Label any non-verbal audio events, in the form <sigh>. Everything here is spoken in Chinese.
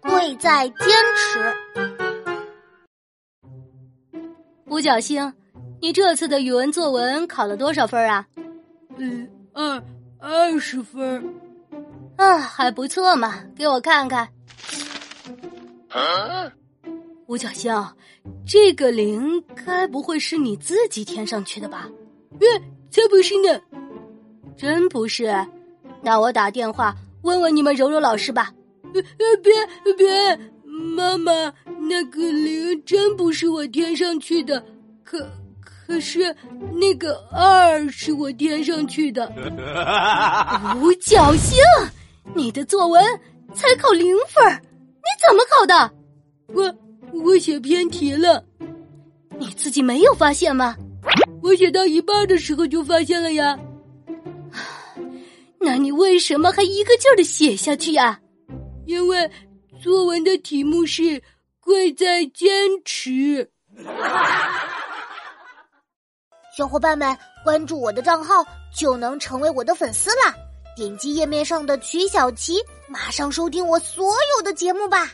贵在坚持。五角星，你这次的语文作文考了多少分啊？嗯，二二十分。啊，还不错嘛，给我看看。五角星，这个零该不会是你自己添上去的吧？耶，哎才不是呢！真不是？那我打电话问问你们柔柔老师吧。呃呃别别，妈妈，那个零真不是我添上去的，可可是那个二是我添上去 <laughs> 的。五角星，你的作文才考零分儿，你怎么考的？我我写偏题了，你自己没有发现吗？我写到一半的时候就发现了 <sighs> 呀。那你为什么还一个劲儿的写下去呀、啊因为作文的题目是“贵在坚持 <laughs> 小伙伴们关注我的账号就能成为我的粉丝啦！点击页面上的曲小琪，马上收听我所有的节目吧。